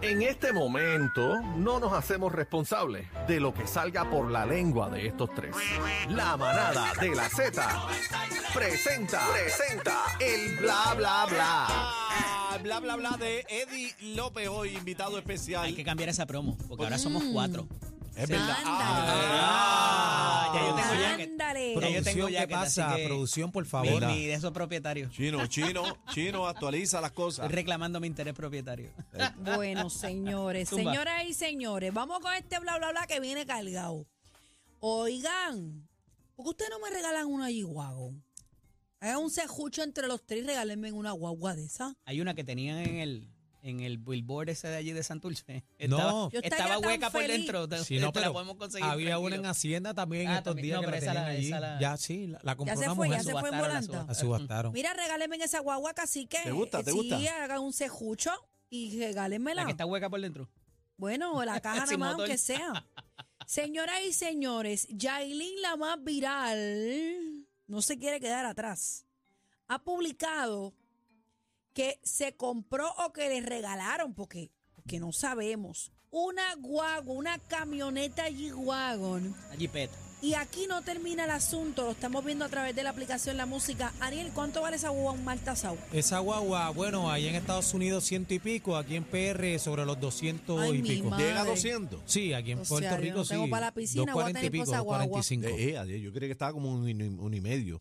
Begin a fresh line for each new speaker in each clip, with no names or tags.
En este momento no nos hacemos responsables de lo que salga por la lengua de estos tres. La manada de la Z presenta, presenta el bla bla bla.
Ah, bla bla bla de Eddie López hoy, invitado especial.
Hay que cambiar esa promo, porque ahora somos
Mm.
cuatro.
Es verdad.
Ándale.
Ah, ya yo tengo jacket.
Ándale.
Pero- yo
Producción,
tengo
¿qué
jacket,
pasa?
así que-
Producción, por
Mi-
favor.
mi de esos propietarios.
Chino, chino, chino, actualiza las cosas.
Estoy reclamando mi interés propietario.
Bueno, señores,
Zumba.
señoras y señores, vamos con este bla bla bla que viene cargado. Oigan, ¿por qué ustedes no me regalan una G-Wagon? Hagan un sejucho entre los tres y regálenme una guagua de esa.
Hay una que tenían en el en el billboard ese de allí de Santurce.
No.
Estaba,
Yo estaría
estaba
tan
hueca por
feliz.
dentro. te-
Si no,
te la
pero
podemos conseguir.
había
tranquilo.
una en Hacienda también en
Ah,
estos
también.
días
No,
que la
pero esa
tenían
la-
allí.
esa la-
Ya sí, la, la compró
Ya se
una
fue,
mujer.
ya se fue en
Subastaron, la
volanta.
La subastaron.
Mira, regálenme esa guagua, cacique.
¿Te gusta, te gusta?
Sí, hagan un sejucho y regálenmela.
La que está hueca por dentro.
Bueno, o la caja nada
Sin
más,
motor.
aunque sea. Señoras y señores, Yailin, la más viral, no se quiere quedar atrás. Ha publicado que se compró o que le regalaron, porque, porque no sabemos, una guagua, una camioneta G-Wagon.
La jipeta.
Y aquí no termina el asunto, lo estamos viendo a través de la aplicación La Música. Ariel, ¿cuánto vale esa guagua un Maltasau?
Esa guagua, bueno, ahí en Estados Unidos ciento y pico, aquí en PR sobre los 200
Ay,
y
mi
pico.
madre.
Llega a 200.
Sí, aquí en
O sea,
Puerto
yo no
Rico sí.
tengo para la piscina, voy a
240 y
tener
pico,
esa guagua.
45.
Eh, eh, yo creía que estaba como un, y- un y medio.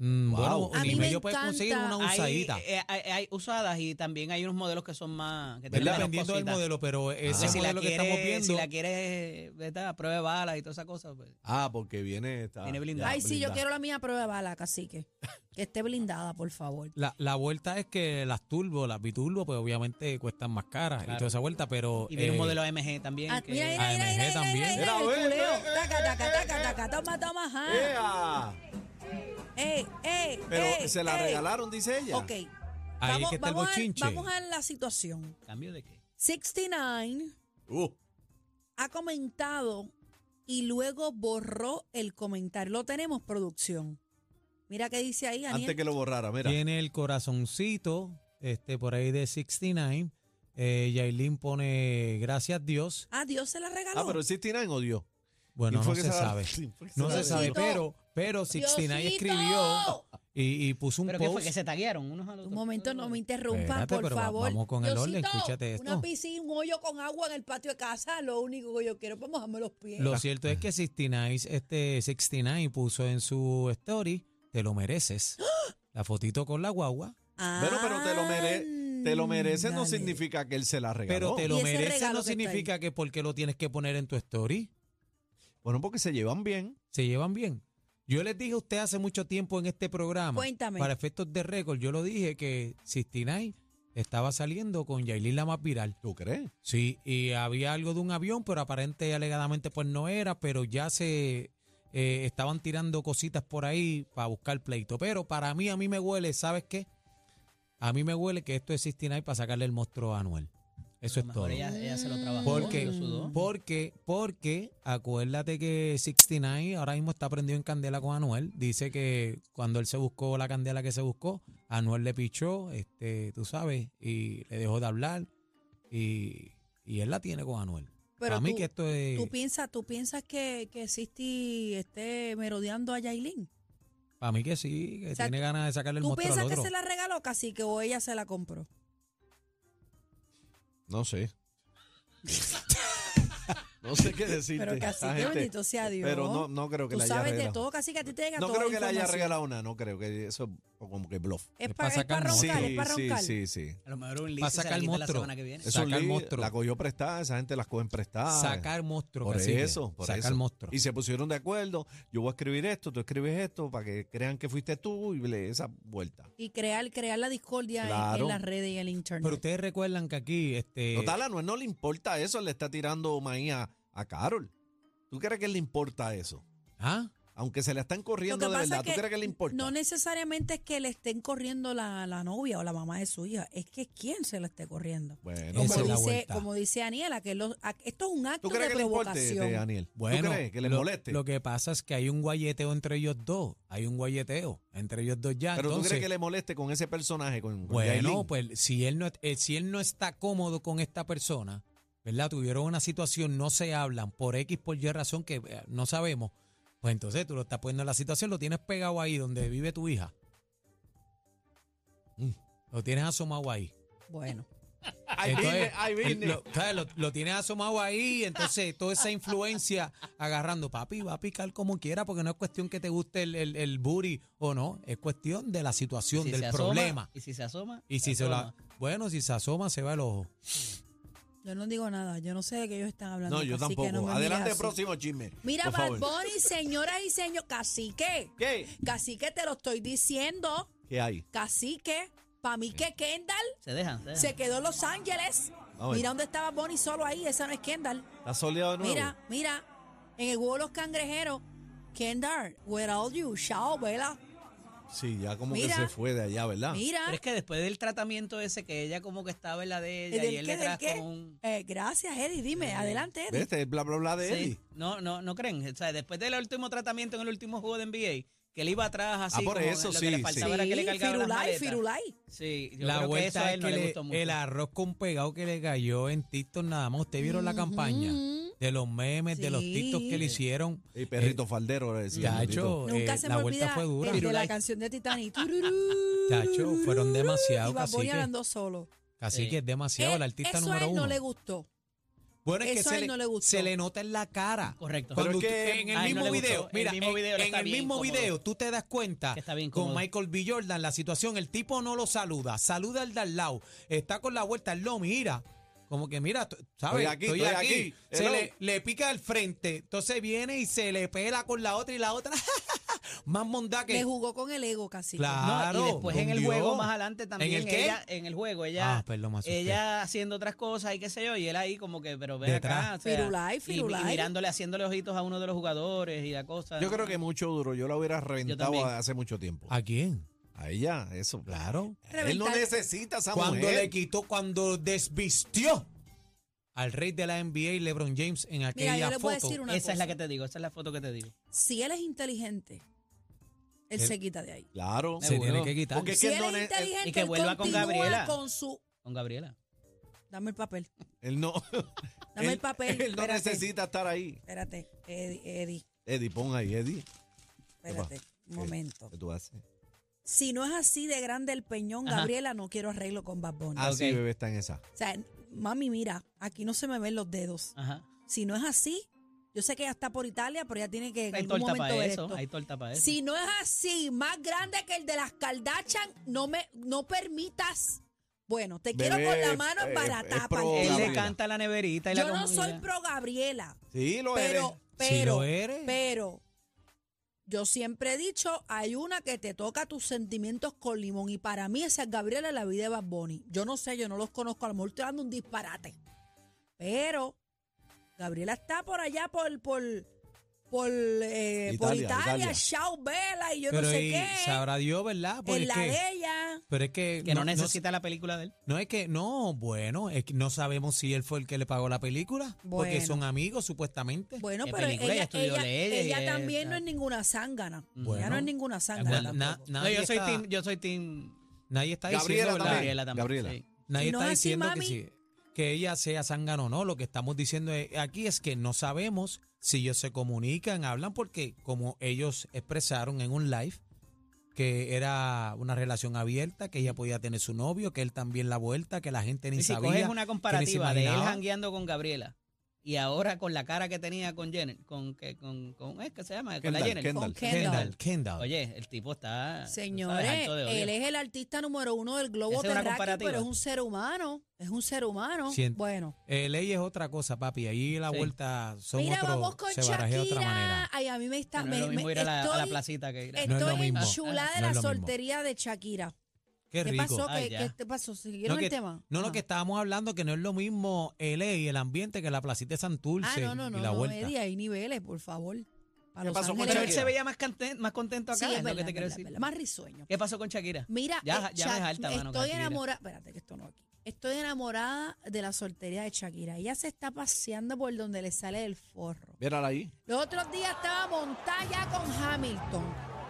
Mm,
Wow.
Bueno,
A
un
mí
y
me
medio puedes
encanta.
conseguir una
Hay,
usadita.
eh, hay, hay usadas y también hay unos modelos que son más. Que tienen
¿Verdad?
menos
Dependiendo del
cositas.
modelo, pero ese
Entonces, si la
modelo que estamos
quieres- Si
viendo.
la quieres, ¿verdad? Prueba de balas y todas esas cosas. pues.
Ah, porque viene. Está,
Viene blindada.
Ay, sí, yo
blindada.
quiero la mía prueba de bala, cacique. Que esté blindada, por favor.
La, la vuelta es que las turbo, las biturbo, pues obviamente cuestan más caras y
Claro.
toda esa vuelta, pero.
Y viene
eh,
un modelo AMG también.
Ah,
que-
mira, mira, mira,
AMG
mira, mira,
también.
mira, mira, el
Mira, ve,
culeo. Taca, taca, taca, taca, toma, toma, ajá.
¡Ea!
Ey, ey,
Pero
ey,
se la
ey.
regalaron, dice ella.
Ok. Ahí
Ahí es que está el
vamos
bochinche.
A, vamos a la situación.
¿Cambio de qué?
69
Uh,
ha comentado y luego borró el comentario. Lo tenemos, producción. Mira qué dice ahí,
antes
Aniel.
que lo borrara, mira.
Tiene el corazoncito, este, por ahí de 69. Eh, Yailin pone gracias Dios.
Ah, Dios se la regaló.
Ah, pero el 69 odió.
Bueno, no se sabe. No se
Diosito.
sabe, pero, pero 69
Diosito.
escribió y, y puso un
¿Pero qué fue? ¿Que
post.
se taguearon unos a los
Un
otros?
momento, no me interrumpan,
Espérate,
por
pero va-
favor.
vamos con el orden,
Diosito,
escúchate esto.
Una piscina, un hoyo con agua en el patio de casa, lo único que yo quiero es para mojarme los pies.
Lo cierto es que 69, este, 69 puso en su story, te lo mereces. La fotito con la guagua,
Bueno, pero te lo, mere- te lo mereces no
Ándale.
significa que él se la regaló.
pero te
Y
lo
ese
mereces
regalo
no
que está ahí.
significa que porque lo tienes que poner en tu story.
Bueno, porque se llevan bien.
se llevan bien. Yo les dije a usted hace mucho tiempo en este programa,
Cuéntame.
para efectos de récord, yo lo dije que 69 estaba saliendo con Yailin la más viral.
¿Tú crees?
Sí, y había algo de un avión, pero aparente y alegadamente pues no era, pero ya se eh, estaban tirando cositas por ahí para buscar pleito. Pero para mí, a mí me huele, ¿sabes qué? A mí me huele que esto es 69 para sacarle el monstruo a Anuel. Eso
A lo
es
mejor
todo.
Ella, ella se lo trabajó.
Porque,
lo sudó.
porque, porque, acuérdate que 69 ahora mismo está prendido en candela con Anuel. Dice que cuando él se buscó la candela que se buscó, Anuel le pichó, este, tú sabes, y le dejó de hablar. Y, y él la tiene con Anuel.
Pero
Para mí
tú-
que esto es.
¿Tú piensas, tú piensas que, que Sisti esté merodeando a Yailin?
Para mí que sí, que
O sea,
tiene ganas de sacarle el
¿Tú
monstruo al
piensas que
otro.
se la regaló Cacique o ella se la compró?
No sé. No sé qué decirte.
Pero que así
esta
que
gente.
bendito sea Dios.
Pero no, no creo que
Tú
la haya
sabes de
regalado.
todo, casi que a ti te llega
No
toda
creo
la
que la haya
información.
regalado una, no creo. que Eso es como que bluff.
Es
Es
para
pa' sacar
roncar,
música.
es para
sí,
roncar.
sí, sí.
A lo mejor un
Va
listo
a
se la
sacar
quita la
monstruo.
semana que viene.
Es un
Sacar
lead,
monstruo.
La cogió prestada, esa gente las cogen prestadas.
sacar monstruo.
Por
cacique.
eso, por
sacar
eso.
monstruo.
Y se pusieron de acuerdo. Yo voy a escribir esto, tú escribes esto, para que crean que fuiste tú y le- esa vuelta.
Y crear, crear la discordia en- en,
Claro.
las redes y en el internet.
Pero ustedes recuerdan que aquí, este,
Total, a Noel no le importa eso, le está tirando maíz a, a Carol. ¿Tú crees que le importa eso?
¿ah?
Aunque se la están
Lo
corriendo de
pasa es
verdad, ¿tú crees que le importa?
No necesariamente es que le estén corriendo la, la novia o la mamá de su hija, es que es quien se la esté corriendo.
bueno,
Esa
Como
es la
dice,
vuelta.
como dice Aniela, que lo- a- esto es un acto
¿tú crees
de
que le importe,
provocación.
este, Daniel?
Bueno,
¿Tú crees que le
lo,
moleste?
lo que pasa es que hay un guayeteo entre ellos dos. Hay un guayeteo entre ellos dos ya.
Pero tú
Entonces,
crees que le moleste con ese personaje, con, con
Bueno,
Yailin?
pues si él, no, eh, si él no está cómodo con esta persona, ¿verdad? Tuvieron una situación, no se hablan por X, por Y razón que eh, no sabemos. Pues entonces tú lo estás poniendo en la situación, lo tienes pegado ahí donde vive tu hija. Mm, Lo tienes asomado ahí.
Bueno,
Ay, business, ay, business.
él Lo, ¿sabes? Lo- lo tienes asomado ahí, entonces toda esa influencia agarrando, papi, va a picar como quiera, porque no es cuestión que te guste el, el, el booty o no, es cuestión de la situación,
si
del
se asoma,
problema.
Y si se asoma.
Y si se la,
asoma.
bueno, si se asoma, se va el ojo.
yo no digo nada, yo no sé de qué ellos están hablando.
No, yo
cacique,
tampoco.
no me mires
Adelante,
así.
próximo chisme.
Mira,
por favor.
Bad Bunny, señoras y señores, cacique,
¿Qué?
cacique te lo estoy diciendo,
¿Qué hay?
cacique, para mí que Kendall
Se dejan, se dejan.
se quedó en Los Ángeles.
A ver.
Mira dónde estaba Bonnie solo ahí, esa no es Kendall.
¿Está soleado de nuevo?
Mira, mira, en el huevo de los cangrejeros, Kendall, where are you? Chao, vela.
Sí, ya como
Mira.
que se fue de allá, ¿verdad?
Mira,
Pero es que después del tratamiento ese que ella como que estaba en la de ella
¿Del
y él
qué,
le
del
trajo
qué?
un...
eh, gracias, Eddie, dime, adelante,
¿Ves?
Eddie.
Este es el bla, bla, bla de
Sí.
Eddie.
No, no, no creen. O sea, después del último tratamiento en el último juego de NBA, que él iba atrás así.
Ah, por
como
eso,
lo
sí,
que le faltaba
sí.
era que le cargaban las
Firulai,
maletas.
Firulai.
Sí, yo
la
creo que eso
vuelta
a
es
él
que
no le
le-
gustó mucho.
el arroz con pegado que le cayó en TikTok nada más. Ustedes vieron la campaña
Mm.
de los memes, de los
Sí.
TikToks que le hicieron.
Y perrito faldero le decía.
Chacho,
Nunca
eh,
se me
la vuelta
olvida
fue dura.
el de la
Firulai.
canción de Titanic.
Chacho, fueron demasiado,
Y Bad Bunny
cacique.
hablando solo.
Así
Sí.
que es demasiado
Él-
el artista
Eh, eso
número
a él
uno.
no le gustó.
bueno, es que
eso a
se
él
le,
no le gustó.
se le nota en la cara.
Correcto.
Cuando
Pero es
usted-
que
en el
a él no
mismo
le
video,
gustó.
mira,
El mismo
en-
video él
en,
está
el
bien
mismo
cómodo.
video tú te das cuenta
Que está bien
con
cómodo.
Michael B. Jordan la situación, el tipo no lo saluda, saluda al de al lado, está con la vuelta, él lo mira. Como que mira, t- ¿sabes?
Estoy aquí, estoy aquí.
Se
Hello.
le, le pica al frente, entonces viene y se le pela con la otra y la otra. Más mondá que.
Le jugó con el ego casi.
Claro.
No, y después en
con
el juego
Dios.
más adelante también
¿En el qué?
ella en el juego ella
Ah, perdón, me asusté.
ella haciendo otras cosas y qué sé yo y él ahí como que pero ven acá
Detrás.
o sea,
Firulai,
y-
firulai.
y mirándole haciéndole ojitos a uno de los jugadores y la cosa
Yo creo que mucho duro. Yo la hubiera reventado
también.
hace mucho tiempo.
¿A quién?
A ella, eso.
Claro.
Él no
Reventar.
necesita a esa
cuando
mujer.
le quitó, cuando desvistió al rey de la NBA, LeBron James, en aquella
Mira, yo le
foto.
voy a decir una
esa
cosa.
es la que te digo esa es la foto que te digo
Si él es inteligente, él
Él-
se quita de ahí.
Claro.
se
Seguro.
tiene que quitar.
Porque- Es
si
que
él
no
es
le-
inteligente,
y que
él
vuelva con
continúa
Gabriela.
con su...
con Gabriela
Dame el papel,
Él no.
dame el
él-
papel.
Él no
espérate,
necesita estar ahí.
Espérate, Eddie, Eddie,
Eddie, pon ahí, Eddie.
espérate, un momento.
¿Qué tú haces?
Si no es así de grande el peñón,
Ajá.
Gabriela, no quiero arreglo con Bad Bunny.
Ah, sí,
Ok.
bebé, está en esa.
O sea, mami, mira, aquí no se me ven los dedos.
ajá
Si no es así, yo sé que ella está por Italia, pero ella tiene que en
hay
algún
torta
momento
para
ver
eso
esto.
hay torta para eso
Si no es así, más grande que el de las Kardashian, no me no permitas. Bueno, te quiero
Bebé,
con la mano
eh,
embaratapa.
es pro-
él
Gabriela.
le canta a la neverita y la
Yo no
comida.
soy pro Gabriela,
Sí, lo eres.
pero, pero,
Si lo eres.
pero, yo siempre he dicho, hay una que te toca tus sentimientos con limón y para mí esa es Gabriela en la vida de Bad Bunny. Yo no sé, yo no los conozco, a lo mejor estoy dando un disparate. Pero Gabriela está por allá, por, por, por, eh, por
Italia,
Italia,
Italia.
Chao Vela y yo
pero
no sé
y
qué.
sabrá Dios, ¿verdad? Porque
en
es
la
que-
de ella.
pero es que,
que no, necesita la película de él
No, es que, no, bueno, es que no sabemos si él fue el que le pagó la película, porque
Bueno.
son amigos supuestamente.
Bueno,
¿Qué
pero
película?
ella,
Ella estudió
ella-
leyes y
ella
ella-
también no es ninguna zángana. ella
Bueno.
no es ninguna
Na-
zángana.
na-
tampoco.
nadie,
no, yo soy
está,
team yo soy team
nadie está
Gabriela
diciendo, ¿verdad?
también.
Gabriela también
Gabriela.
sí.
Nadie
Si no
está
es así,
diciendo
mami.
que, sí, que ella sea zángano o no. Lo que estamos diciendo es- aquí es que no sabemos si ellos se comunican, hablan, porque como ellos expresaron en un live, que era una relación abierta, que ella podía tener su novio, que él también la vuelta, que la gente ni
Y si
sabía.
coges
que ni
una
se
comparativa de él
imaginaba.
jangueando con Gabriela Y ahora con la cara que tenía con Jenner, con que con, con es que se llama, con la
Kendall,
Jenner.
Kendall.
Con Kendall.
Kendall, Kendall.
Oye, el tipo está Ah, tú sabes,
Señores,
harto de odio.
él es el artista número uno del globo
Esa es una
terráqueo,
comparativa.
pero es un ser humano. Es un ser humano.
Siento-
Bueno.
Eh, ley es otra cosa, papi. Ahí la
Sí.
vuelta son
Mira,
otro-
vamos con
se barajea de otra
Shakira.
manera.
Ay, a mí me está.
No es
me-
lo mismo
me-
ir a la, a la
estoy-
placita que ir a-
No es lo
Estoy
mismo.
enchulada de
No
la
es lo mismo.
soltería de Shakira.
Qué
¿Qué
rico.
pasó?
Ay,
¿Qué,
ya.
qué te pasó? ¿Siguieron
que,
el tema? Ah,
no, no,
Ajá.
que estábamos hablando que no es lo mismo LA y el ambiente que la placita de Santurce
Ah, no, no, no,
y la
no,
vuelta.
Eddie, hay niveles, por favor. A Los
pasó con
Ángeles-
Pero él
Shakira?
se veía más, conten- más contento
Sí,
acá,
es
es, lo que
verdad,
te quiero
verdad,
decir.
verdad, Más risueño.
¿Qué pasó con Shakira?
Mira,
Ya-
eh,
ya me
Shak-
jalta, mano,
estoy
Shakira.
enamorada, espérate que esto no aquí. Estoy enamorada de la soltería de Shakira. Ella se está paseando por donde le sale el forro.
Mírala ahí.
Los otros días estaba montada ya con Hamilton,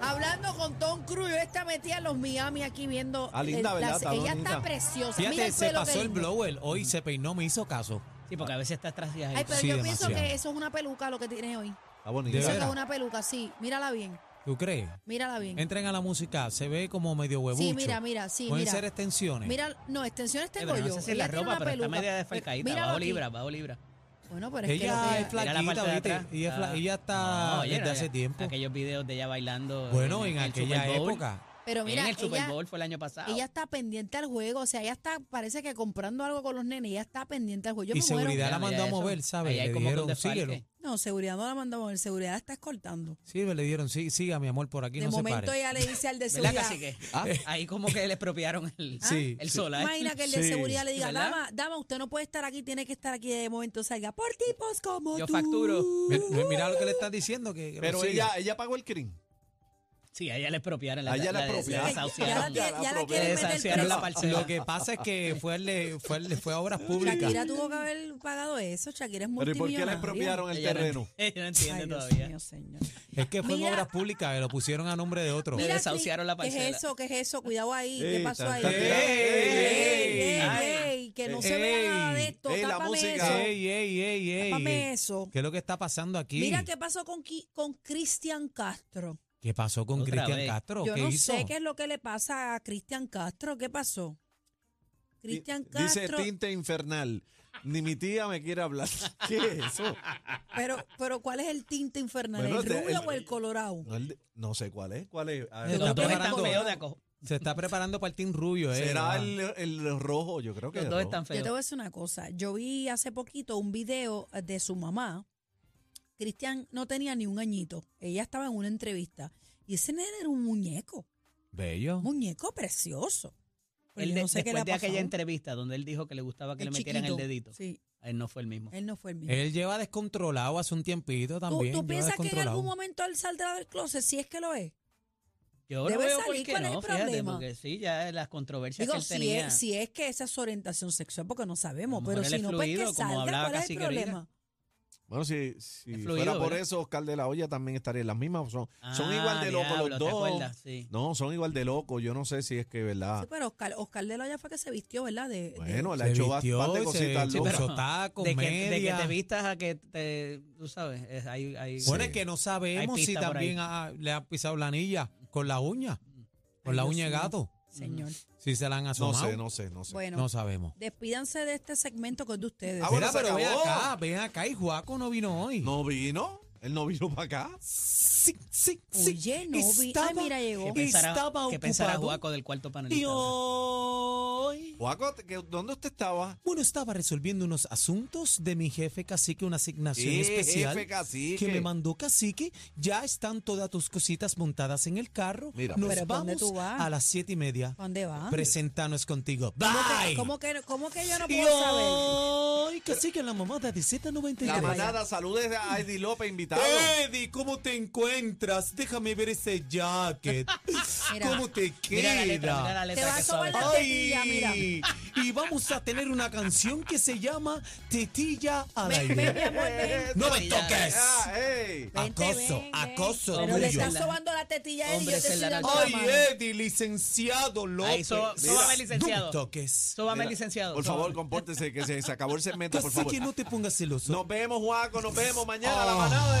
hablando con Tom Cruise. Yo esta metida en los Miami aquí viendo. eh,
Ah, linda, ¿verdad? Está
ella está
bonita.
preciosa. Mira
Fíjate,
el
se
pelo que
pasó el
lindo.
blower. Hoy se peinó, me hizo caso.
Sí, porque a veces está atrás y
Ay, pero
Sí,
yo pienso
demasiado.
que eso es una peluca lo que tiene hoy.
Está bonita.
De
Eso que es
veras.
una peluca, sí. Mírala bien,
¿Tú crees?
mírala bien.
Entren a la música, se ve como medio huevucho.
Sí, mira, mira, sí,
Pueden
mira.
ser extensiones.
Mira, no, extensiones tengo
no
yo.
sé si es
Ella
la
tiene
ropa,
una
Eh, pero está
peluca.
media
Pero-
desfalcaíta.
míralo
Bajo
aquí.
libra, bajo libra.
Bueno, pero es que lo que-
ella es
Mira la
flaquita,
parte de
¿viste?
atrás.
Ella, es fla-
Ah.
ella está
No, oye,
desde
no,
hace tiempo.
Aquellos videos de ella bailando.
Bueno, en,
el
aquella
Super Bowl.
época.
Pero mira,
en el Super
ella,
Bowl fue el año pasado.
ella está pendiente al juego. O sea, ella está, parece que comprando algo con los nenes. Ella está pendiente al juego. Yo
y
me muero.
seguridad
Mira,
la
mira
mandó a
eso.
mover, ¿sabes?
Ahí hay
Le
como que un
dijeron,
desfalque.
síguelo.
No, seguridad no la mandamos. El seguridad está escoltando.
Sí, le dijeron, sí, siga, mi amor, por aquí
de
no se
momento
pare.
ella le dice al de
¿Verdad,
seguridad.
cacique?
Ah.
Ahí como que le expropiaron el,
Sí,
el
sí.
solar.
Imagina que el de
Sí.
seguridad le diga,
¿Verdad?
dama, dama, usted no puede estar aquí, tiene que estar aquí de momento salga por tipos como
Yo
tú.
facturo.
Mira, mira lo que le estás diciendo. Que que lo
Pero
siga.
ella, ella pagó el crimen.
Sí, a ella le expropiaron.
A ella le
Sí, que
expropiaron.
ya,
desahuciaron.
la, tiene- ya la
Ya
Le
quieren meter
desahuciaron la
presa.
parcela.
Lo que pasa es que fue, al de- fue, al de- fue a obras públicas.
Shakira tuvo que haber pagado eso. Shakira
Pero ¿y
es
por
multimillonaria.
qué le expropiaron el
Ella no-
terreno?
Ella no
Ay,
entiende
Dios
todavía.
mío, señor.
Es que fue
Mira.
en obras públicas, lo pusieron a nombre de otro.
Le
Mira,
desahuciaron la
¿Qué es
parcela.
eso? ¿Qué es eso? Cuidado ahí. ¿Qué
Ey,
pasó
tan-
ahí?
tan-
Ey,
ey,
ey,
ey,
ey, que no
ey.
se vea nada de esto.
Ey, la
Tápame
música.
eso.
Ey, ey, ey, ey,
Tápame
ey.
eso.
¿Qué es lo que está pasando aquí?
Mira qué pasó con, Ki- con Cristian Castro.
¿Qué pasó con
Otra
Cristian
vez.
Castro?
Yo
¿Qué
no
hizo?
sé qué es lo que le pasa a Cristian Castro. ¿Qué pasó? Cristian
Di- Dice
Castro.
tinte infernal. Ni mi tía me quiere hablar. ¿Qué es eso?
Pero, pero ¿cuál es el tinte infernal?
Bueno,
¿El
te-
rubio
el-
o el colorado?
No, el de- no sé cuál es. ¿Cuál es? A ver,
Los dos
Está
están
preparando.
feos de acojo.
Se está preparando para el Team Rubio. eh,
Será
ah.
el, el rojo, yo creo que
Los
es
dos
rojo.
están
Yo te voy a
feos.
decir una cosa. Yo vi hace poquito un video eh, de su mamá. Cristian no tenía ni un añito. Ella estaba en una entrevista. Y ese nene era un muñeco.
Bello.
Un muñeco precioso. Pero
Él
yo
de-
no sé qué le
después
ha
de aquella
pasado.
entrevista donde él dijo que le gustaba que
El
le metieran
chiquito.
el dedito,
Sí,
él no fue el mismo.
él no fue el mismo.
Él lleva descontrolado hace un tiempito
¿Tú-
también.
¿Tú,
lleva
piensas que en
descontrolado.
algún momento él saldrá del closet? Si es que lo es.
Yo no
Debe
veo
salir,
por qué
¿cuál es el
no, fíjate,
problema?
porque sí, ya las controversias que
Digo,
él
si
tenía.
es, si es que esa es su orientación sexual, porque no
A
sabemos.
lo
Pero
mejor él
si
es
no, pues que
fluido, como
salga.
hablaba
¿Cuál es el
Cacique ahorita.
problema?
Bueno, si, si
Es fluido,
fuera por
¿verdad?
eso, Oscar de la Hoya también estaría en las mismas. Son, son
Ah,
igual de locos
diablo,
los
¿te
dos.
acuerdas? Sí.
No, son igual de locos. Yo no sé si es que, ¿verdad?
Sí, pero Oscar, Oscar de Loya fue que se vistió, ¿verdad? De, de-
Bueno, le ha
Se
hecho
vistió,
bastante
se-
cositas
se
locas.
puso taco,
de, que, de que
media.
te vistas a que te, tú sabes, es- hay, hay-
Bueno, es que no sabemos
Hay
si
pista por
también ha- le han pisado la anilla con la uña, con
Ay,
la
Dios
uña de
mío.
gato,
Señor.
si se la han
No
asomado.
sé, no sé, no sé.
Bueno,
No sabemos.
despídanse de este segmento que es de ustedes.
Ah, bueno,
Mira,
se
pero ven
acabó.
acá, ven acá y Juaco no vino hoy.
¿No vino? ¿Él no vino para acá?
Sí, sí, sí.
Oye, no vi- ay, mira, llegó.
que pensara,
estaba
que pensara
ocupado.
Juaco del cuarto panelista.
Y hoy...
Juaco, ¿te- que- ¿dónde usted estaba?
Bueno, estaba resolviendo unos asuntos de mi jefe cacique, una asignación
Sí,
especial
jefe cacique.
que me mandó cacique. Ya están todas tus cositas montadas en el carro.
Mira,
Nos
Pero ¿pa' dónde
vamos
tú vas?
a las siete y media.
¿Dónde va?
Presentanos contigo. Bye.
Ah. ¿Cómo que, cómo que- cómo que yo no
y
puedo saber?
hoy cacique la mamada de
La
Z93.
manada, saludes a Eddie López, invitado.
Eddie, ¿cómo te encuentras? Déjame ver ese jacket.
Mira.
¿Cómo te
Mira la
queda?
letra, mira la letra
va a
que
sobar
suave.
la- tetilla, mira.
Y vamos a tener una canción que se llama Tetilla al
Ven,
aire.
ven, Pues, mi amor, ven.
¡No me toques!
Ah, ey.
Vente,
Acoso,
ven, ven.
acoso
Pero le
tuyo.
estás sobando la tetilla a él y yo
Hombres
te
en
estoy
la
dando la
noche.
¡Ay,
mano.
Eddie, licenciado López!
Ahí, so-
Mira,
sóbame, licenciado.
No me toques.
Sóbame,
Mira,
licenciado.
Por favor,
sóbame.
compórtese, que se, se acabó el segmento, por
Así
favor.
que no te pongas celoso.
Nos vemos, Juaco, nos vemos mañana a la
Ah.
manada de